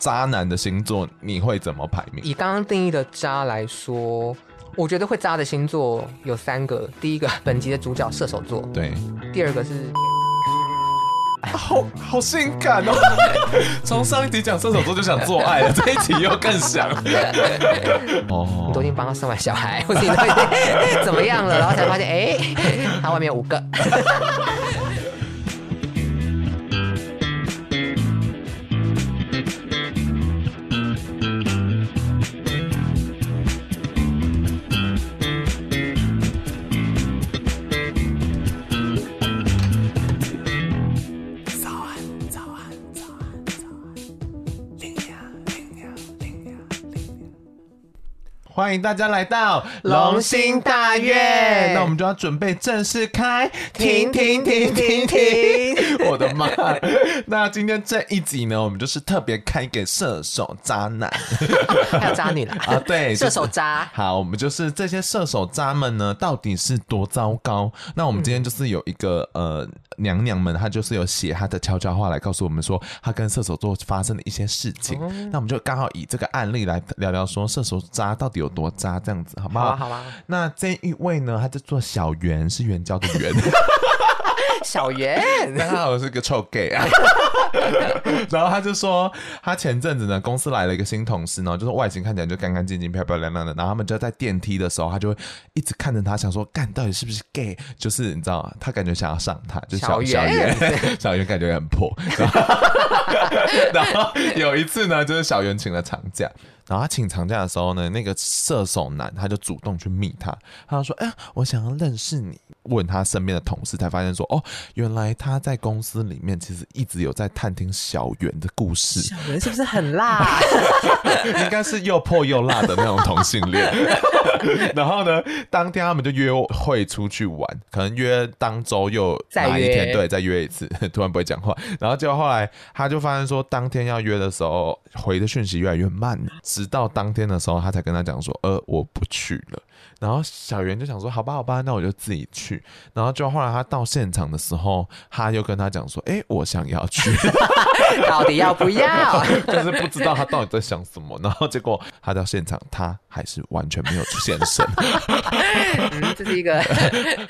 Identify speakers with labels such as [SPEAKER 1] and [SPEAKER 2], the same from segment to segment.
[SPEAKER 1] 渣男的星座，你会怎么排名？
[SPEAKER 2] 以刚刚定义的渣来说，我觉得会渣的星座有三个。第一个，本集的主角射手座；
[SPEAKER 1] 对，
[SPEAKER 2] 第二个是
[SPEAKER 1] 好好性感哦！ 从上一集讲射手座就想做爱了，这一集又更 想。哦
[SPEAKER 2] 你都已经帮他生完小孩，或者你都已经 怎么样了，然后才发现，哎、他外面有五个。
[SPEAKER 1] 欢迎大家来到
[SPEAKER 2] 龙兴大院
[SPEAKER 1] 那我们就要准备正式开，
[SPEAKER 2] 停停停停停！
[SPEAKER 1] 我的妈！那今天这一集呢，我们就是特别开给射手渣男
[SPEAKER 2] 还有渣女啦，
[SPEAKER 1] 啊，对，
[SPEAKER 2] 射
[SPEAKER 1] 就是
[SPEAKER 2] 手渣。
[SPEAKER 1] 好，我们就是这些射手渣们呢，到底是多糟糕？那我们今天就是有一个、呃娘娘们，她就是有写她的悄悄话来告诉我们说，她跟射手座发生的一些事情。
[SPEAKER 2] 哦
[SPEAKER 1] 那我们就刚好以这个案例来聊聊说射手渣到底有多渣，这样子好不
[SPEAKER 2] 好
[SPEAKER 1] 好？
[SPEAKER 2] 啊好啊，
[SPEAKER 1] 那这一位呢，她叫做小圆，是援交的圆，
[SPEAKER 2] 小圆，
[SPEAKER 1] 但她好像是个臭 gay 啊。然后她就说，她前阵子呢，公司来了一个新同事呢，就是外形看起来就干干净净、漂漂亮亮的。然后他们就在电梯的时候，她就会一直看着他，想说，干到底是不是 gay？就是你知道，她感觉想要上他，就小
[SPEAKER 2] 小
[SPEAKER 1] 小
[SPEAKER 2] 圆
[SPEAKER 1] 圆， 小圆感觉很破。然后然后有一次呢，就是小圆请了长假，然后他请长假的时候呢，那个射手男他就主动去密他，他就说：“哎、呀，我想要认识你。”问他身边的同事，才发现说：“哦，原来他在公司里面其实一直有在探听小圆的故事，
[SPEAKER 2] 小圆是不是很辣？啊
[SPEAKER 1] 应该是又破又辣的那种同性恋。” 然后呢，当天他们就约会出去玩，可能约当周又
[SPEAKER 2] 再
[SPEAKER 1] 哪一天
[SPEAKER 2] 约
[SPEAKER 1] 对再约一次， 突然不会讲话。然后结果后来他就发现说，当天要约的时候回的讯息越来越慢，直到当天的时候，他才跟他讲说，呃，我不去了。然后小圆就想说，好吧，好吧，那我就自己去。然后就后来他到现场的时候，他又跟他讲说，诶，我想要去，
[SPEAKER 2] 到底要不要？
[SPEAKER 1] 就是不知道他到底在想什么。然后结果他到现场，他还是完全没有出现身。
[SPEAKER 2] 嗯，这是一个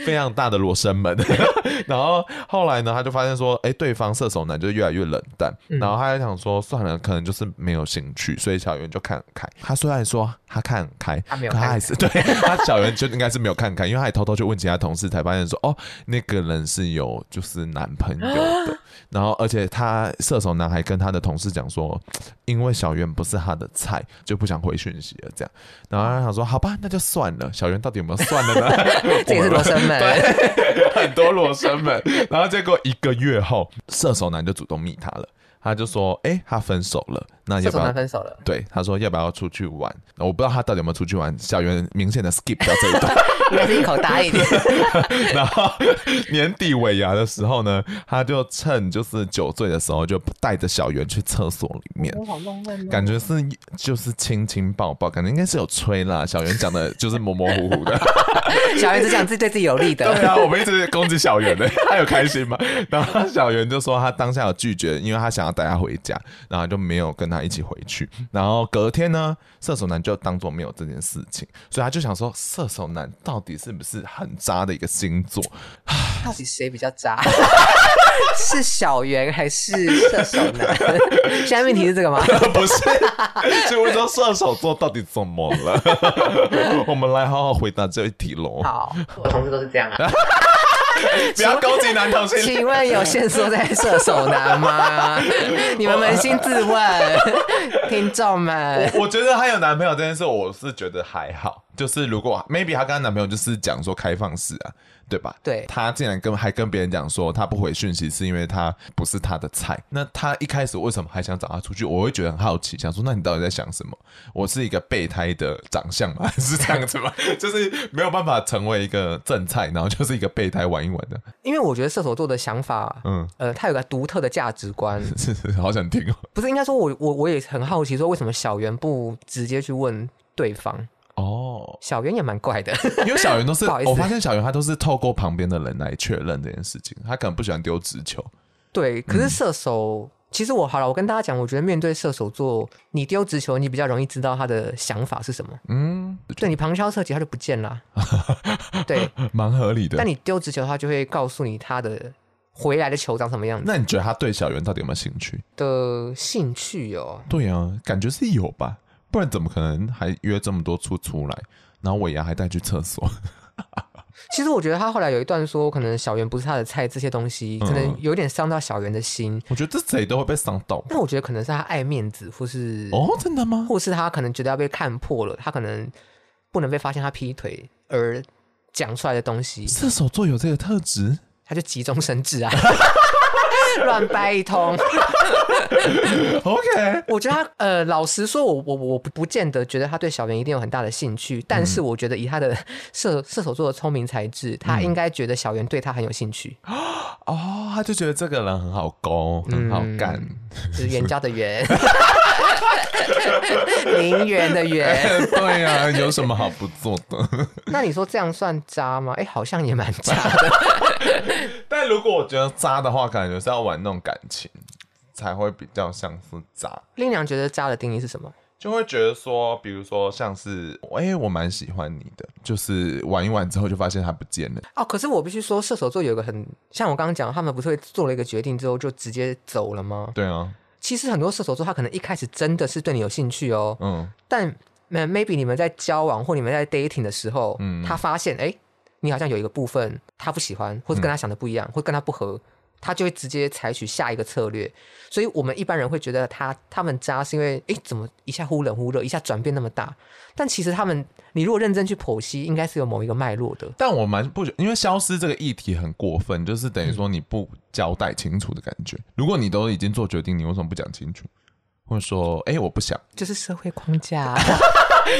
[SPEAKER 1] 非常大的罗生门。 然后后来呢，他就发现说，哎、对方射手男就越来越冷淡，
[SPEAKER 2] 嗯
[SPEAKER 1] 然后他就想说，算了，可能就是没有兴趣，所以小圆就看开。他虽然说他看开，
[SPEAKER 2] 他没有
[SPEAKER 1] 可
[SPEAKER 2] 看
[SPEAKER 1] 还是对 他小圆就应该是没有看开，因为他也偷偷去问其他同事，才发现说，哦，那个人是有就是男朋友 的。然后而且他射手男还跟他的同事讲说，嗯因为小圆不是他的菜，就不想回讯息了这样。然后他想说，好吧，那就算了。小圆到底有没有算了呢？
[SPEAKER 2] 这也是罗生门
[SPEAKER 1] 对，很多罗生门。然后结果一个月后，射手男就主动密他了，他就说：“哎、他分手了，那
[SPEAKER 2] 射
[SPEAKER 1] 要不
[SPEAKER 2] 手男
[SPEAKER 1] 要？”
[SPEAKER 2] 分手了，
[SPEAKER 1] 对，他说要不要出去玩？我不知道他到底有没有出去玩。小圆明显的 skip 掉这一 段，
[SPEAKER 2] 应该是一口答应。
[SPEAKER 1] 然后年底尾牙的时候呢，他就趁就是酒醉的时候，就带着小圆去厕所里面。
[SPEAKER 2] 好浪漫哦
[SPEAKER 1] 感觉是就是亲亲抱抱，感觉应该是有吹啦。小圆讲的就是模模糊糊的，
[SPEAKER 2] 小圆只想自己对自己有利
[SPEAKER 1] 对
[SPEAKER 2] 的，
[SPEAKER 1] 啊，我们一直攻击小圆的， 他有开心吗？然后小圆就说他当下有拒绝，因为他想要带他回家，然后就没有跟他一起回去。然后隔天呢，射手男就当做没有这件事情，所以他就想说，射手男到底是不是很渣的一个星座？
[SPEAKER 2] 到底谁比较渣？ 是小圆还是射手 男？现在命题是这个吗？
[SPEAKER 1] 不是，所以我说射手座到底怎么了？ 我们来好好回答这一题喽，
[SPEAKER 2] 好，我同事都是这样啊。
[SPEAKER 1] 不要攻击男同性恋。
[SPEAKER 2] 请问有线索在射手男 吗？你们扪心自 问，听众们，
[SPEAKER 1] 我我 觉得她有男朋友这件事，我是觉得还好。就是如果 maybe 她跟她男朋友就是讲说开放式啊，对吧？
[SPEAKER 2] 对
[SPEAKER 1] 她竟然跟还跟别人讲说她不回讯息是因为她不是她的菜。那她一开始为什么还想找她出去？我会觉得很好奇，想说那你到底在想什么？我是一个备胎的长相吗？ 是这样子吗？就是没有办法成为一个正菜，然后就是一个备胎玩一玩的。
[SPEAKER 2] 因为我觉得射手座的想法，
[SPEAKER 1] 嗯，
[SPEAKER 2] 呃，他有个独特的价值观，
[SPEAKER 1] 是是，好想听哦。
[SPEAKER 2] 不是应该说我我我也很好奇，说为什么小圆不直接去问对方？
[SPEAKER 1] 哦，
[SPEAKER 2] 小圆也蛮怪的，
[SPEAKER 1] 因为小圆都是，
[SPEAKER 2] 不好意思
[SPEAKER 1] 我发现小圆她都是透过旁边的人来确认这件事情，她可能不喜欢丢直球。
[SPEAKER 2] 嗯对，可是射手。其实我好了，我跟大家讲，我觉得面对射手座，你丢直球，你比较容易知道他的想法是什么。
[SPEAKER 1] 嗯，
[SPEAKER 2] 对你旁敲侧击，他就不见 了。对，
[SPEAKER 1] 蛮合理的
[SPEAKER 2] 但。你丢直球，他就会告诉你他的回来的球长什么样子
[SPEAKER 1] 那你觉得他对小圆到底有没有兴趣？
[SPEAKER 2] 的兴趣哦。
[SPEAKER 1] 对啊，感觉是有吧，不然怎么可能还约这么多出出来？然后尾牙还带去厕所，
[SPEAKER 2] 其实我觉得他后来有一段说，可能小圆不是他的菜，这些东西可能有点伤到小圆的心。
[SPEAKER 1] 我觉得这谁都会被伤 到。
[SPEAKER 2] 但我觉得可能是他爱面子，或是
[SPEAKER 1] 哦，真的吗？
[SPEAKER 2] 或是他可能觉得要被看破了，他可能不能被发现他劈腿而讲出来的东西，
[SPEAKER 1] 射手座有这个特质？
[SPEAKER 2] 他就急中生智啊， 乱掰一通。
[SPEAKER 1] OK，
[SPEAKER 2] 我觉得他呃，老实说，我我我不见得觉得他对小圆一定有很大的兴趣，但是我觉得以他的 射射手座的聪明才智，他应该觉得小圆对他很有兴趣，
[SPEAKER 1] 哦，他就觉得这个人很好勾，很好
[SPEAKER 2] 嗯
[SPEAKER 1] 干，
[SPEAKER 2] 就是袁家的 袁。名媛的媛，
[SPEAKER 1] 对呀、啊，有什么好不做的？
[SPEAKER 2] 那你说这样算渣吗？哎、好像也蛮渣的。
[SPEAKER 1] 但如果我觉得渣的话，感觉是要玩那种感情，才会比较像是渣。
[SPEAKER 2] 令娘觉得渣的定义是什么？
[SPEAKER 1] 就会觉得说，比如说像是，哎、我蛮喜欢你的，就是玩一玩之后就发现他不见了，
[SPEAKER 2] 哦，可是我必须说，射手座有一个很像我刚刚讲，他们不是会做了一个决定之后就直接走了吗？
[SPEAKER 1] 对啊，
[SPEAKER 2] 其实很多射手座他可能一开始真的是对你有兴趣哦，
[SPEAKER 1] 嗯，
[SPEAKER 2] 但呃 maybe 你们在交往或你们在 dating 的时候，
[SPEAKER 1] 嗯
[SPEAKER 2] 他发现哎、诶你好像有一个部分他不喜欢，或者跟
[SPEAKER 1] 嗯
[SPEAKER 2] 他想的不一样，或跟他不合，他就会直接采取下一个策略。所以我们一般人会觉得他他们渣是因为哎、诶怎么一下忽冷忽热，一下转变那么大？但其实他们，你如果认真去剖析，应该是有某一个脉络的。
[SPEAKER 1] 但我蛮不觉，因为消失这个议题很过分，就是等于说你不交代清楚的感觉。如果你都已经做决定，你为什么不讲清楚？或者说，哎、我不想，
[SPEAKER 2] 就是社会框架，啊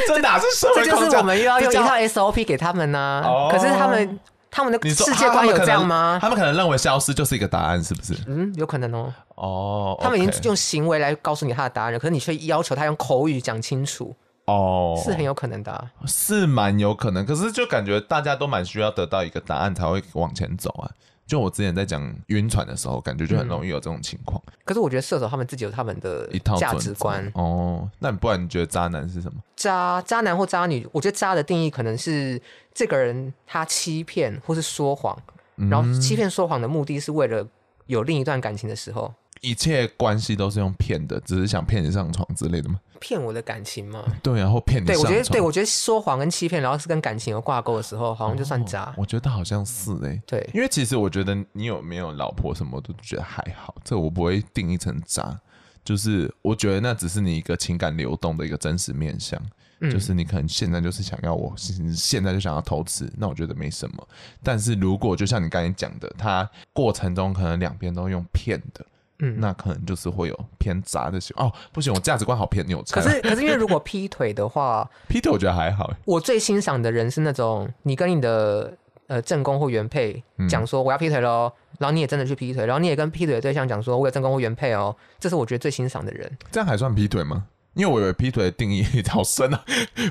[SPEAKER 1] 这哪是社
[SPEAKER 2] 这
[SPEAKER 1] 会
[SPEAKER 2] 就是我们又要用一
[SPEAKER 1] 这叫
[SPEAKER 2] 套 SOP 给他们呐、
[SPEAKER 1] 哦
[SPEAKER 2] 可是他们他们的
[SPEAKER 1] 你说啊
[SPEAKER 2] 世界观有这样吗？
[SPEAKER 1] 他们可能他们可能认为消失就是一个答案，是不是？
[SPEAKER 2] 嗯，有可能哦。
[SPEAKER 1] 哦，
[SPEAKER 2] 他们已
[SPEAKER 1] OK
[SPEAKER 2] 经用行为来告诉你他的答案了，可是你却要求他用口语讲清楚，
[SPEAKER 1] 哦，
[SPEAKER 2] 是很有可能的啊、
[SPEAKER 1] 是蛮有可能，可是就感觉大家都蛮需要得到一个答案才会往前走啊。就我之前在讲晕船的时候，感觉就很容易有这种情况，
[SPEAKER 2] 可是我觉得射手他们自己有他们的
[SPEAKER 1] 一套
[SPEAKER 2] 嗯价
[SPEAKER 1] 准
[SPEAKER 2] 值
[SPEAKER 1] 则
[SPEAKER 2] 观。
[SPEAKER 1] 哦。那你不然你觉得渣男是什么？
[SPEAKER 2] 渣渣男或渣女，我觉得渣的定义可能是这个人他欺骗或是说谎，
[SPEAKER 1] 嗯
[SPEAKER 2] 然后欺骗说谎的目的是为了有另一段感情的时候
[SPEAKER 1] 一切关系都是用骗的，只是想骗你上床之类的吗？
[SPEAKER 2] 骗我的感情嘛。
[SPEAKER 1] 对啊，或骗你
[SPEAKER 2] 对，
[SPEAKER 1] 上
[SPEAKER 2] 我
[SPEAKER 1] 床。
[SPEAKER 2] 觉得对，我觉得说谎跟欺骗，然后是跟感情有挂钩的时候，好像就算渣。
[SPEAKER 1] 哦我觉得好像是哎、
[SPEAKER 2] 对，
[SPEAKER 1] 因为其实我觉得你有没有老婆什么，我都觉得还好，这我不会定义成渣。就是我觉得那只是你一个情感流动的一个真实面相，
[SPEAKER 2] 嗯
[SPEAKER 1] 就是你可能现在就是想要我，现现在就想要偷吃，那我觉得没什么。但是如果就像你刚才讲的，他过程中可能两边都用骗的，
[SPEAKER 2] 嗯
[SPEAKER 1] 那可能就是会有偏渣的行为。哦，不行，我价值观好偏扭差。
[SPEAKER 2] 可是可是因为如果劈腿的话，
[SPEAKER 1] Peter 我觉得还好，
[SPEAKER 2] 我最欣赏的人是那种你跟你的呃正宫或原配讲说我要劈腿喽，然后你也真的去劈腿，然后你也跟劈腿的对象讲说我有正宫或原配哦，这是我觉得最欣赏的人。
[SPEAKER 1] 这样还算劈腿吗？因为我以为劈腿的定义 好深啊，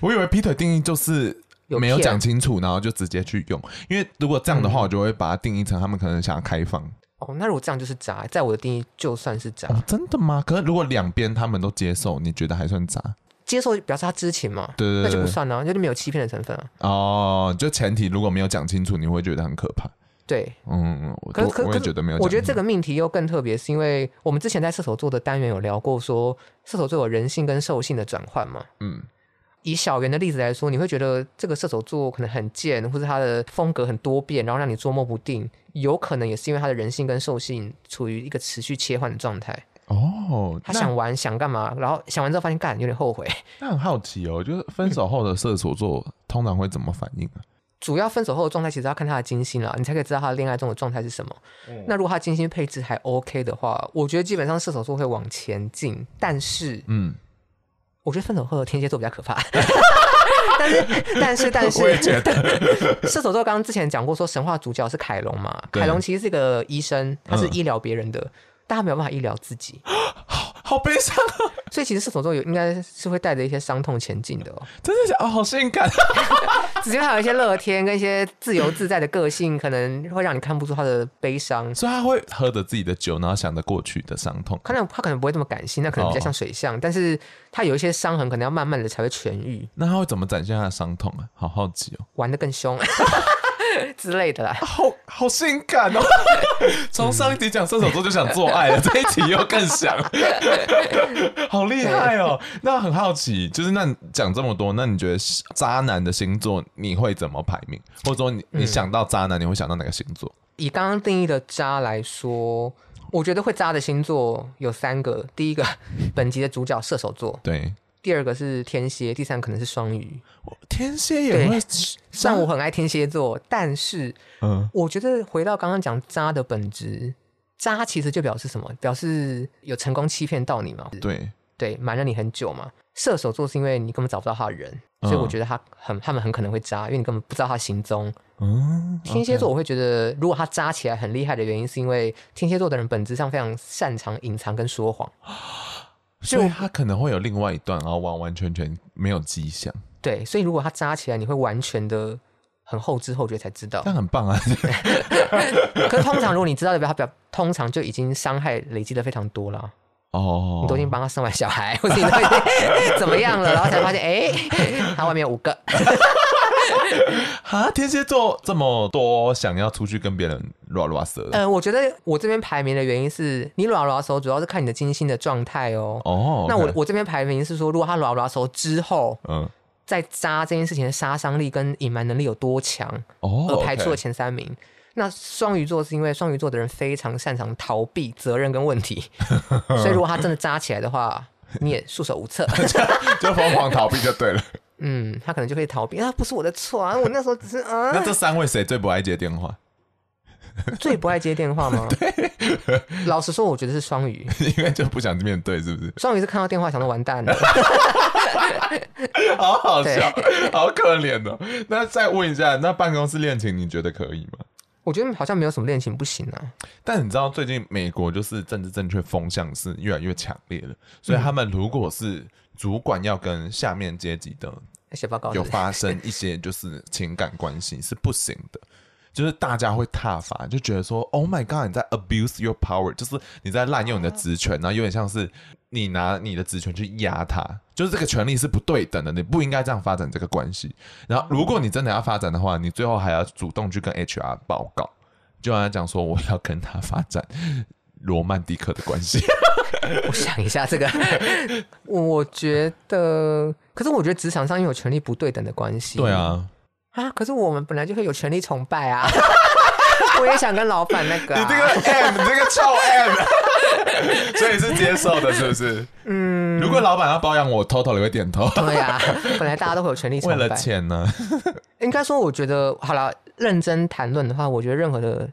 [SPEAKER 1] 我以为劈腿定义就是
[SPEAKER 2] 有
[SPEAKER 1] 没有
[SPEAKER 2] 骗嗯
[SPEAKER 1] 讲清楚，然后就直接去用。因为如果这样的话，我就会把它定义成他们可能想要开放。
[SPEAKER 2] 哦，那如果这样就是渣，在我的定义就算是渣，
[SPEAKER 1] 哦，真的吗？可是如果两边他们都接受，你觉得还算渣？
[SPEAKER 2] 接受表示他知情嘛，
[SPEAKER 1] 对对对
[SPEAKER 2] 那就不算啊，就是没有欺骗的成分啊。
[SPEAKER 1] 哦，就前提如果没有讲清楚，你会觉得很可怕。
[SPEAKER 2] 对，
[SPEAKER 1] 嗯，我
[SPEAKER 2] 可
[SPEAKER 1] 我
[SPEAKER 2] 可
[SPEAKER 1] 我
[SPEAKER 2] 可
[SPEAKER 1] 也
[SPEAKER 2] 是
[SPEAKER 1] 觉得没有讲清楚。
[SPEAKER 2] 我觉得这个命题又更特别，是因为我们之前在射手座的单元有聊过说射手座有人性跟兽性的转换嘛。
[SPEAKER 1] 嗯，
[SPEAKER 2] 以小圆的例子来说，你会觉得这个射手座可能很贱，或者他的风格很多变，然后让你捉摸不定，有可能也是因为他的人性跟兽性处于一个持续切换的状态。
[SPEAKER 1] 哦，
[SPEAKER 2] 他
[SPEAKER 1] 那
[SPEAKER 2] 想玩想干嘛，然后想完之后发现干有点后悔。
[SPEAKER 1] 那很好奇哦，就是分手后的射手座通常会怎么反应啊？
[SPEAKER 2] 主要分手后的状态其实要看他的金星啦，你才可以知道他恋爱中的状态是什么。
[SPEAKER 1] 嗯
[SPEAKER 2] 那如果他金星配置还 OK 的话，我觉得基本上射手座会往前进，但是
[SPEAKER 1] 嗯，
[SPEAKER 2] 我觉得分手后的天蝎座比较可怕。 但是，但是，但
[SPEAKER 1] 我也觉
[SPEAKER 2] 是， 射手座刚刚之前讲过，说神话主角是凯龙嘛？
[SPEAKER 1] 对嗯
[SPEAKER 2] 凯龙其实是个医生，他是医疗别人的，但他没有办法医疗自己，
[SPEAKER 1] 好悲伤啊！
[SPEAKER 2] 所以其实射手座有应该是会带着一些伤痛前进的、哦。
[SPEAKER 1] 真的假？哦，好性感。
[SPEAKER 2] 只是他有一些乐天跟一些自由自在的个性，可能会让你看不出他的悲伤。
[SPEAKER 1] 所以他会喝着自己的酒，然后想着过去的伤痛。
[SPEAKER 2] 可能他可能不会这么感性，那可能比较像水象，但是他有一些伤痕，可能要慢慢的才会痊愈，
[SPEAKER 1] 那他会怎么展现他的伤痛啊？好好奇哦，
[SPEAKER 2] 玩的更凶啊 之类的啦。
[SPEAKER 1] 好好性感哦！ 从上一集讲射手座就想做 爱了，这一集又更 想，好厉害哦！那很好奇，就是那你讲这么多，那你觉得渣男的星座你会怎么排名？或者说你你想到渣男，你会想到哪个星座？
[SPEAKER 2] 以刚刚定义的渣来说，我觉得会渣的星座有三个，第一个本集的主角射手座，
[SPEAKER 1] 对，
[SPEAKER 2] 第二个是天蝎，第三个可能是双鱼。
[SPEAKER 1] 我天蝎也会
[SPEAKER 2] 对，虽然我很爱天蝎座，但是
[SPEAKER 1] 嗯，
[SPEAKER 2] 我觉得回到刚刚讲渣的本质，渣其实就表示什么？表示有成功欺骗到你嘛？
[SPEAKER 1] 对，
[SPEAKER 2] 对，瞒了你很久嘛。射手座是因为你根本找不到他的人，所以我
[SPEAKER 1] 嗯
[SPEAKER 2] 觉得他很他们很可能会渣，因为你根本不知道他行踪。
[SPEAKER 1] 嗯，
[SPEAKER 2] 天蝎座我会觉得，如果他渣起来很厉害的原因，是因为天蝎座的人本质上非常擅长隐藏跟说谎。
[SPEAKER 1] 所以他可能会有另外一段，然后完完全全没有迹象，
[SPEAKER 2] 对，所以如果他渣起来，你会完全的很后知后觉才知 道。
[SPEAKER 1] 但很棒啊！
[SPEAKER 2] 可是通常如果你知道的表，他表通常就已经伤害累积的非常多了啊。
[SPEAKER 1] 哦，
[SPEAKER 2] 你都已经帮他生完小孩，或者你都已经 怎么样了，然后才发现，哎、他外面有五个。
[SPEAKER 1] 哈，天蝎座这么多想要出去跟别人拉拉舌的
[SPEAKER 2] 呃，我觉得我这边排名的原因是你软软手，主要是看你的金星的状态哦。
[SPEAKER 1] 哦，
[SPEAKER 2] 那我
[SPEAKER 1] OK
[SPEAKER 2] 我这边排名是说，如果他软软手之后，
[SPEAKER 1] 嗯
[SPEAKER 2] 在渣这件事情的杀伤力跟隐瞒能力有多强，
[SPEAKER 1] 哦
[SPEAKER 2] 而排出了
[SPEAKER 1] OK
[SPEAKER 2] 前三名。那双鱼座是因为双鱼座的人非常擅长逃避责任跟问 题，所以如果他真的扎起来的话，你也束手 无策。
[SPEAKER 1] 就疯狂逃避就对 了。
[SPEAKER 2] 嗯，他可能就会逃避啊，不是我的错啊，我那时候只是啊
[SPEAKER 1] 那，这三位谁最不爱接电话？
[SPEAKER 2] 最不爱接电话吗？老实说，我觉得是双鱼。
[SPEAKER 1] 因为就不想面对，是不 是？
[SPEAKER 2] 双鱼是看到电话想到完蛋了，
[SPEAKER 1] 好好笑，好可怜哦。那再问一下，那办公室恋情你觉得可以吗？
[SPEAKER 2] 我觉得好像没有什么恋情不行啊。
[SPEAKER 1] 但你知道最近美国就是政治正确风向是越来越强烈了，所以
[SPEAKER 2] 嗯
[SPEAKER 1] 他们如果是主管要跟下面阶级的
[SPEAKER 2] 哎写报告是
[SPEAKER 1] 有
[SPEAKER 2] 不是
[SPEAKER 1] 发生一些就是情感关系是不行的，就是大家会踏伐，就觉得说 Oh my God，你在 abuse your power，就是你在滥用你的职权，然后有点像是你拿你的职权去压他，就是这个权利是不对等的，你不应该这样发展这个关系。然后如果你真的要发展的话，你最后还要主动去跟 HR 报告，就跟他讲说我要跟他发展罗曼蒂克的关系。
[SPEAKER 2] 我想一下这个，我觉得，可是我觉得职场上因为有权力不对等的关 系，
[SPEAKER 1] 对啊，
[SPEAKER 2] 啊，可是我们本来就会有权力崇拜 啊。我也想跟老板那个、啊，
[SPEAKER 1] 你这个 M，你这个臭 M，所以是接受的，是不是？嗯。如果老板要包养我，偷偷的会点头。
[SPEAKER 2] 对啊，本来大家都会有权力崇
[SPEAKER 1] 为
[SPEAKER 2] 拜。
[SPEAKER 1] 了钱呢？
[SPEAKER 2] 应该说，我觉得好了，认真谈论的话，我觉得任何的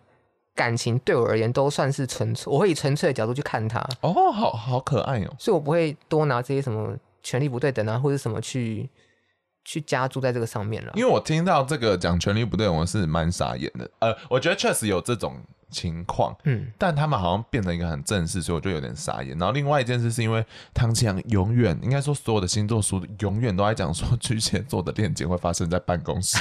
[SPEAKER 2] 感情对我而言都算是纯粹，我会以纯粹的角度去看它，
[SPEAKER 1] 哦，好好可爱哦。
[SPEAKER 2] 所以我不会多拿这些什么权力不对等啊，或者什么去去加注在这个上面了。
[SPEAKER 1] 因为我听到这个讲权力不对，我是蛮傻眼的。呃，我觉得确实有这种情况，
[SPEAKER 2] 嗯，
[SPEAKER 1] 但他们好像变成一个很正式，所以我就有点傻眼。然后另外一件事是因为唐启阳永远，应该说所有的星座书永远都在讲说巨蟹座的恋情会发生在办公室，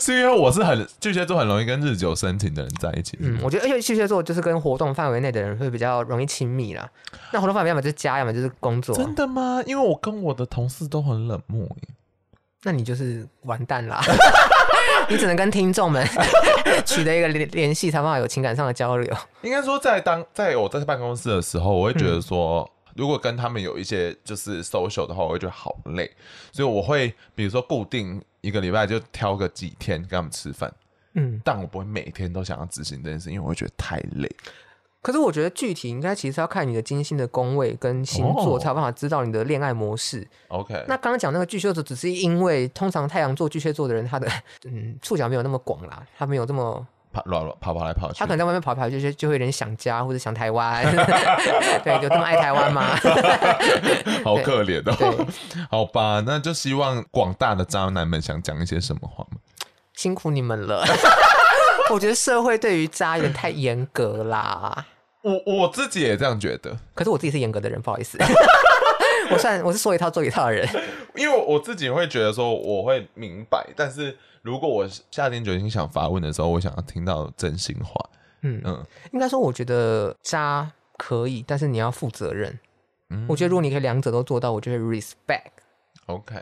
[SPEAKER 1] 是因为我是很巨蟹座很容易跟日久生情的人在一起。
[SPEAKER 2] 嗯，我觉得而且巨蟹座就是跟活动范围内的人会比较容易亲密啦。那活动范围要么就是家，要么就是工作啊，
[SPEAKER 1] 真的吗？因为我跟我的同事都很冷漠耶。
[SPEAKER 2] 那你就是完蛋啦。 你只能跟听众们 取得一个联联系，才办法有情感上的交流。
[SPEAKER 1] 应该说，在当在我在办公室的时候，我会觉
[SPEAKER 2] 嗯
[SPEAKER 1] 得说，如果跟他们有一些就是 social 的话，我会觉得好累，所以我会比如说固定一个礼拜就挑个几天跟他们吃饭，
[SPEAKER 2] 嗯，
[SPEAKER 1] 但我不会每天都想要执行这件事，因为我会觉得太累。
[SPEAKER 2] 可是我觉得具体应该其实要看你的金星的宫位跟星
[SPEAKER 1] 哦
[SPEAKER 2] 座，才有办法知道你的恋爱模式。
[SPEAKER 1] OK，
[SPEAKER 2] 那刚刚讲那个巨蟹座，只是因为通常太阳座、巨蟹座的人，他的嗯触角没有那么广啦，他没有这么，
[SPEAKER 1] 跑跑跑跑来跑去
[SPEAKER 2] 他可，能在外面跑来跑去，就就会有点想家或者想 台湾。对，有这么爱台湾吗？
[SPEAKER 1] 好可怜哦
[SPEAKER 2] 对。
[SPEAKER 1] 好吧，那就希望广大的渣男们想讲一些什么话吗？
[SPEAKER 2] 辛苦你们 了。我觉得社会对于渣有点太严格啦，
[SPEAKER 1] 我我自己也这样觉得。
[SPEAKER 2] 可是我自己是严格的人，不好意思，我算我是说一套做一套的人，
[SPEAKER 1] 因为我自己会觉得说我会明白，但是如果我下定决心想发问的时候，我想要听到真心话。
[SPEAKER 2] 嗯，
[SPEAKER 1] 嗯
[SPEAKER 2] 应该说我觉得渣可以，但是你要负责任。
[SPEAKER 1] 嗯
[SPEAKER 2] 我觉得如果你可以两者都做到，我就会 respect。
[SPEAKER 1] ，OK，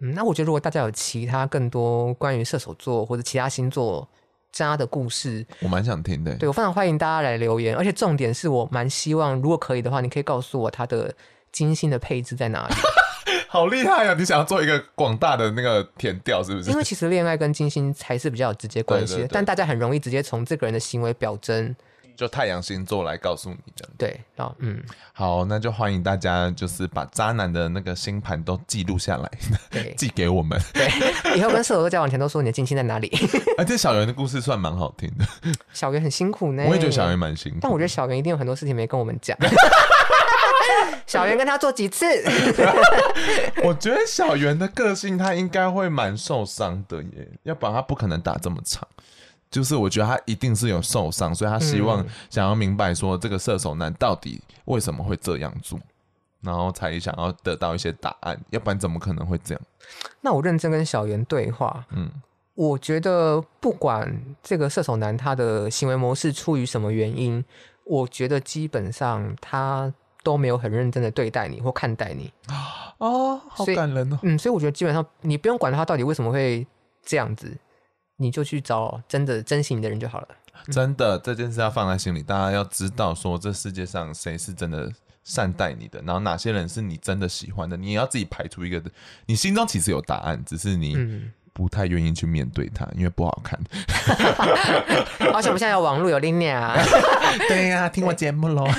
[SPEAKER 2] 嗯，那我觉得如果大家有其他更多关于射手座或者其他星座渣的故事，
[SPEAKER 1] 我蛮想听的。
[SPEAKER 2] 对我非常欢迎大家来留言，而且重点是我蛮希望，如果可以的话，你可以告诉我它的精心的配置在哪里，
[SPEAKER 1] 好厉害啊！你想要做一个广大的那个填调，是不是
[SPEAKER 2] 因？为其实恋爱跟精心才是比较有直接关系的，
[SPEAKER 1] 对对对
[SPEAKER 2] 但大家很容易直接从这个人的行为表征，
[SPEAKER 1] 就太阳星座来告诉你这样。
[SPEAKER 2] 对，然后嗯，
[SPEAKER 1] 好，那就欢迎大家就是把渣男的那个星盘都记录下来，
[SPEAKER 2] 对
[SPEAKER 1] 寄给我们。
[SPEAKER 2] 以后跟射手座交往前都说你的精心在哪里。
[SPEAKER 1] 而且小圆的故事算蛮好听的，
[SPEAKER 2] 小圆很辛苦呢，
[SPEAKER 1] 我也觉得小圆，蛮辛苦。
[SPEAKER 2] 但我觉得小圆一定有很多事情没跟我们讲。 小圆跟他做几次？
[SPEAKER 1] 我觉得小圆的个性，他应该会蛮受伤的耶，要不然他不可能打这么长。就是我觉得他一定是有受伤，所以他希望想要明白说这个射手男到底为什么会这样做，然后才想要得到一些答案，要不然怎么可能会这样？
[SPEAKER 2] 那我认真跟小圆对话，
[SPEAKER 1] 嗯，
[SPEAKER 2] 我觉得不管这个射手男他的行为模式出于什么原因，我觉得基本上他都没有很认真的对待你或看待你。
[SPEAKER 1] 哦，好
[SPEAKER 2] 所以
[SPEAKER 1] 感人哦！
[SPEAKER 2] 嗯，所以我觉得基本上你不用管他到底为什么会这样子，你就去找真的珍惜你的人就好了。
[SPEAKER 1] 真的，这件事要放在心里，大家要知道说这世界上谁是真的善待你的，然后哪些人是你真的喜欢的，你也要自己排除一个，你心中其实有答案，只是你
[SPEAKER 2] 嗯，
[SPEAKER 1] 不太愿意去面对它，因为不好 看。
[SPEAKER 2] 而且我们现在有网络 有 Lina，
[SPEAKER 1] 对呀、听我节目喽。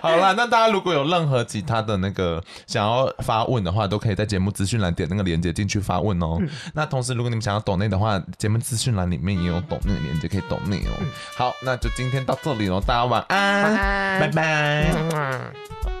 [SPEAKER 1] 好啦，那大家如果有任何其他的那个想要发问的话，都可以在节目资讯栏点那个链接进去发问哦。那同时，如果你们想要抖内的话，节目资讯栏里面也有抖内的链接可以抖嗯内哦。好，那就今天到这里喽，大家晚安，
[SPEAKER 2] 晚安
[SPEAKER 1] 拜拜。
[SPEAKER 2] 嗯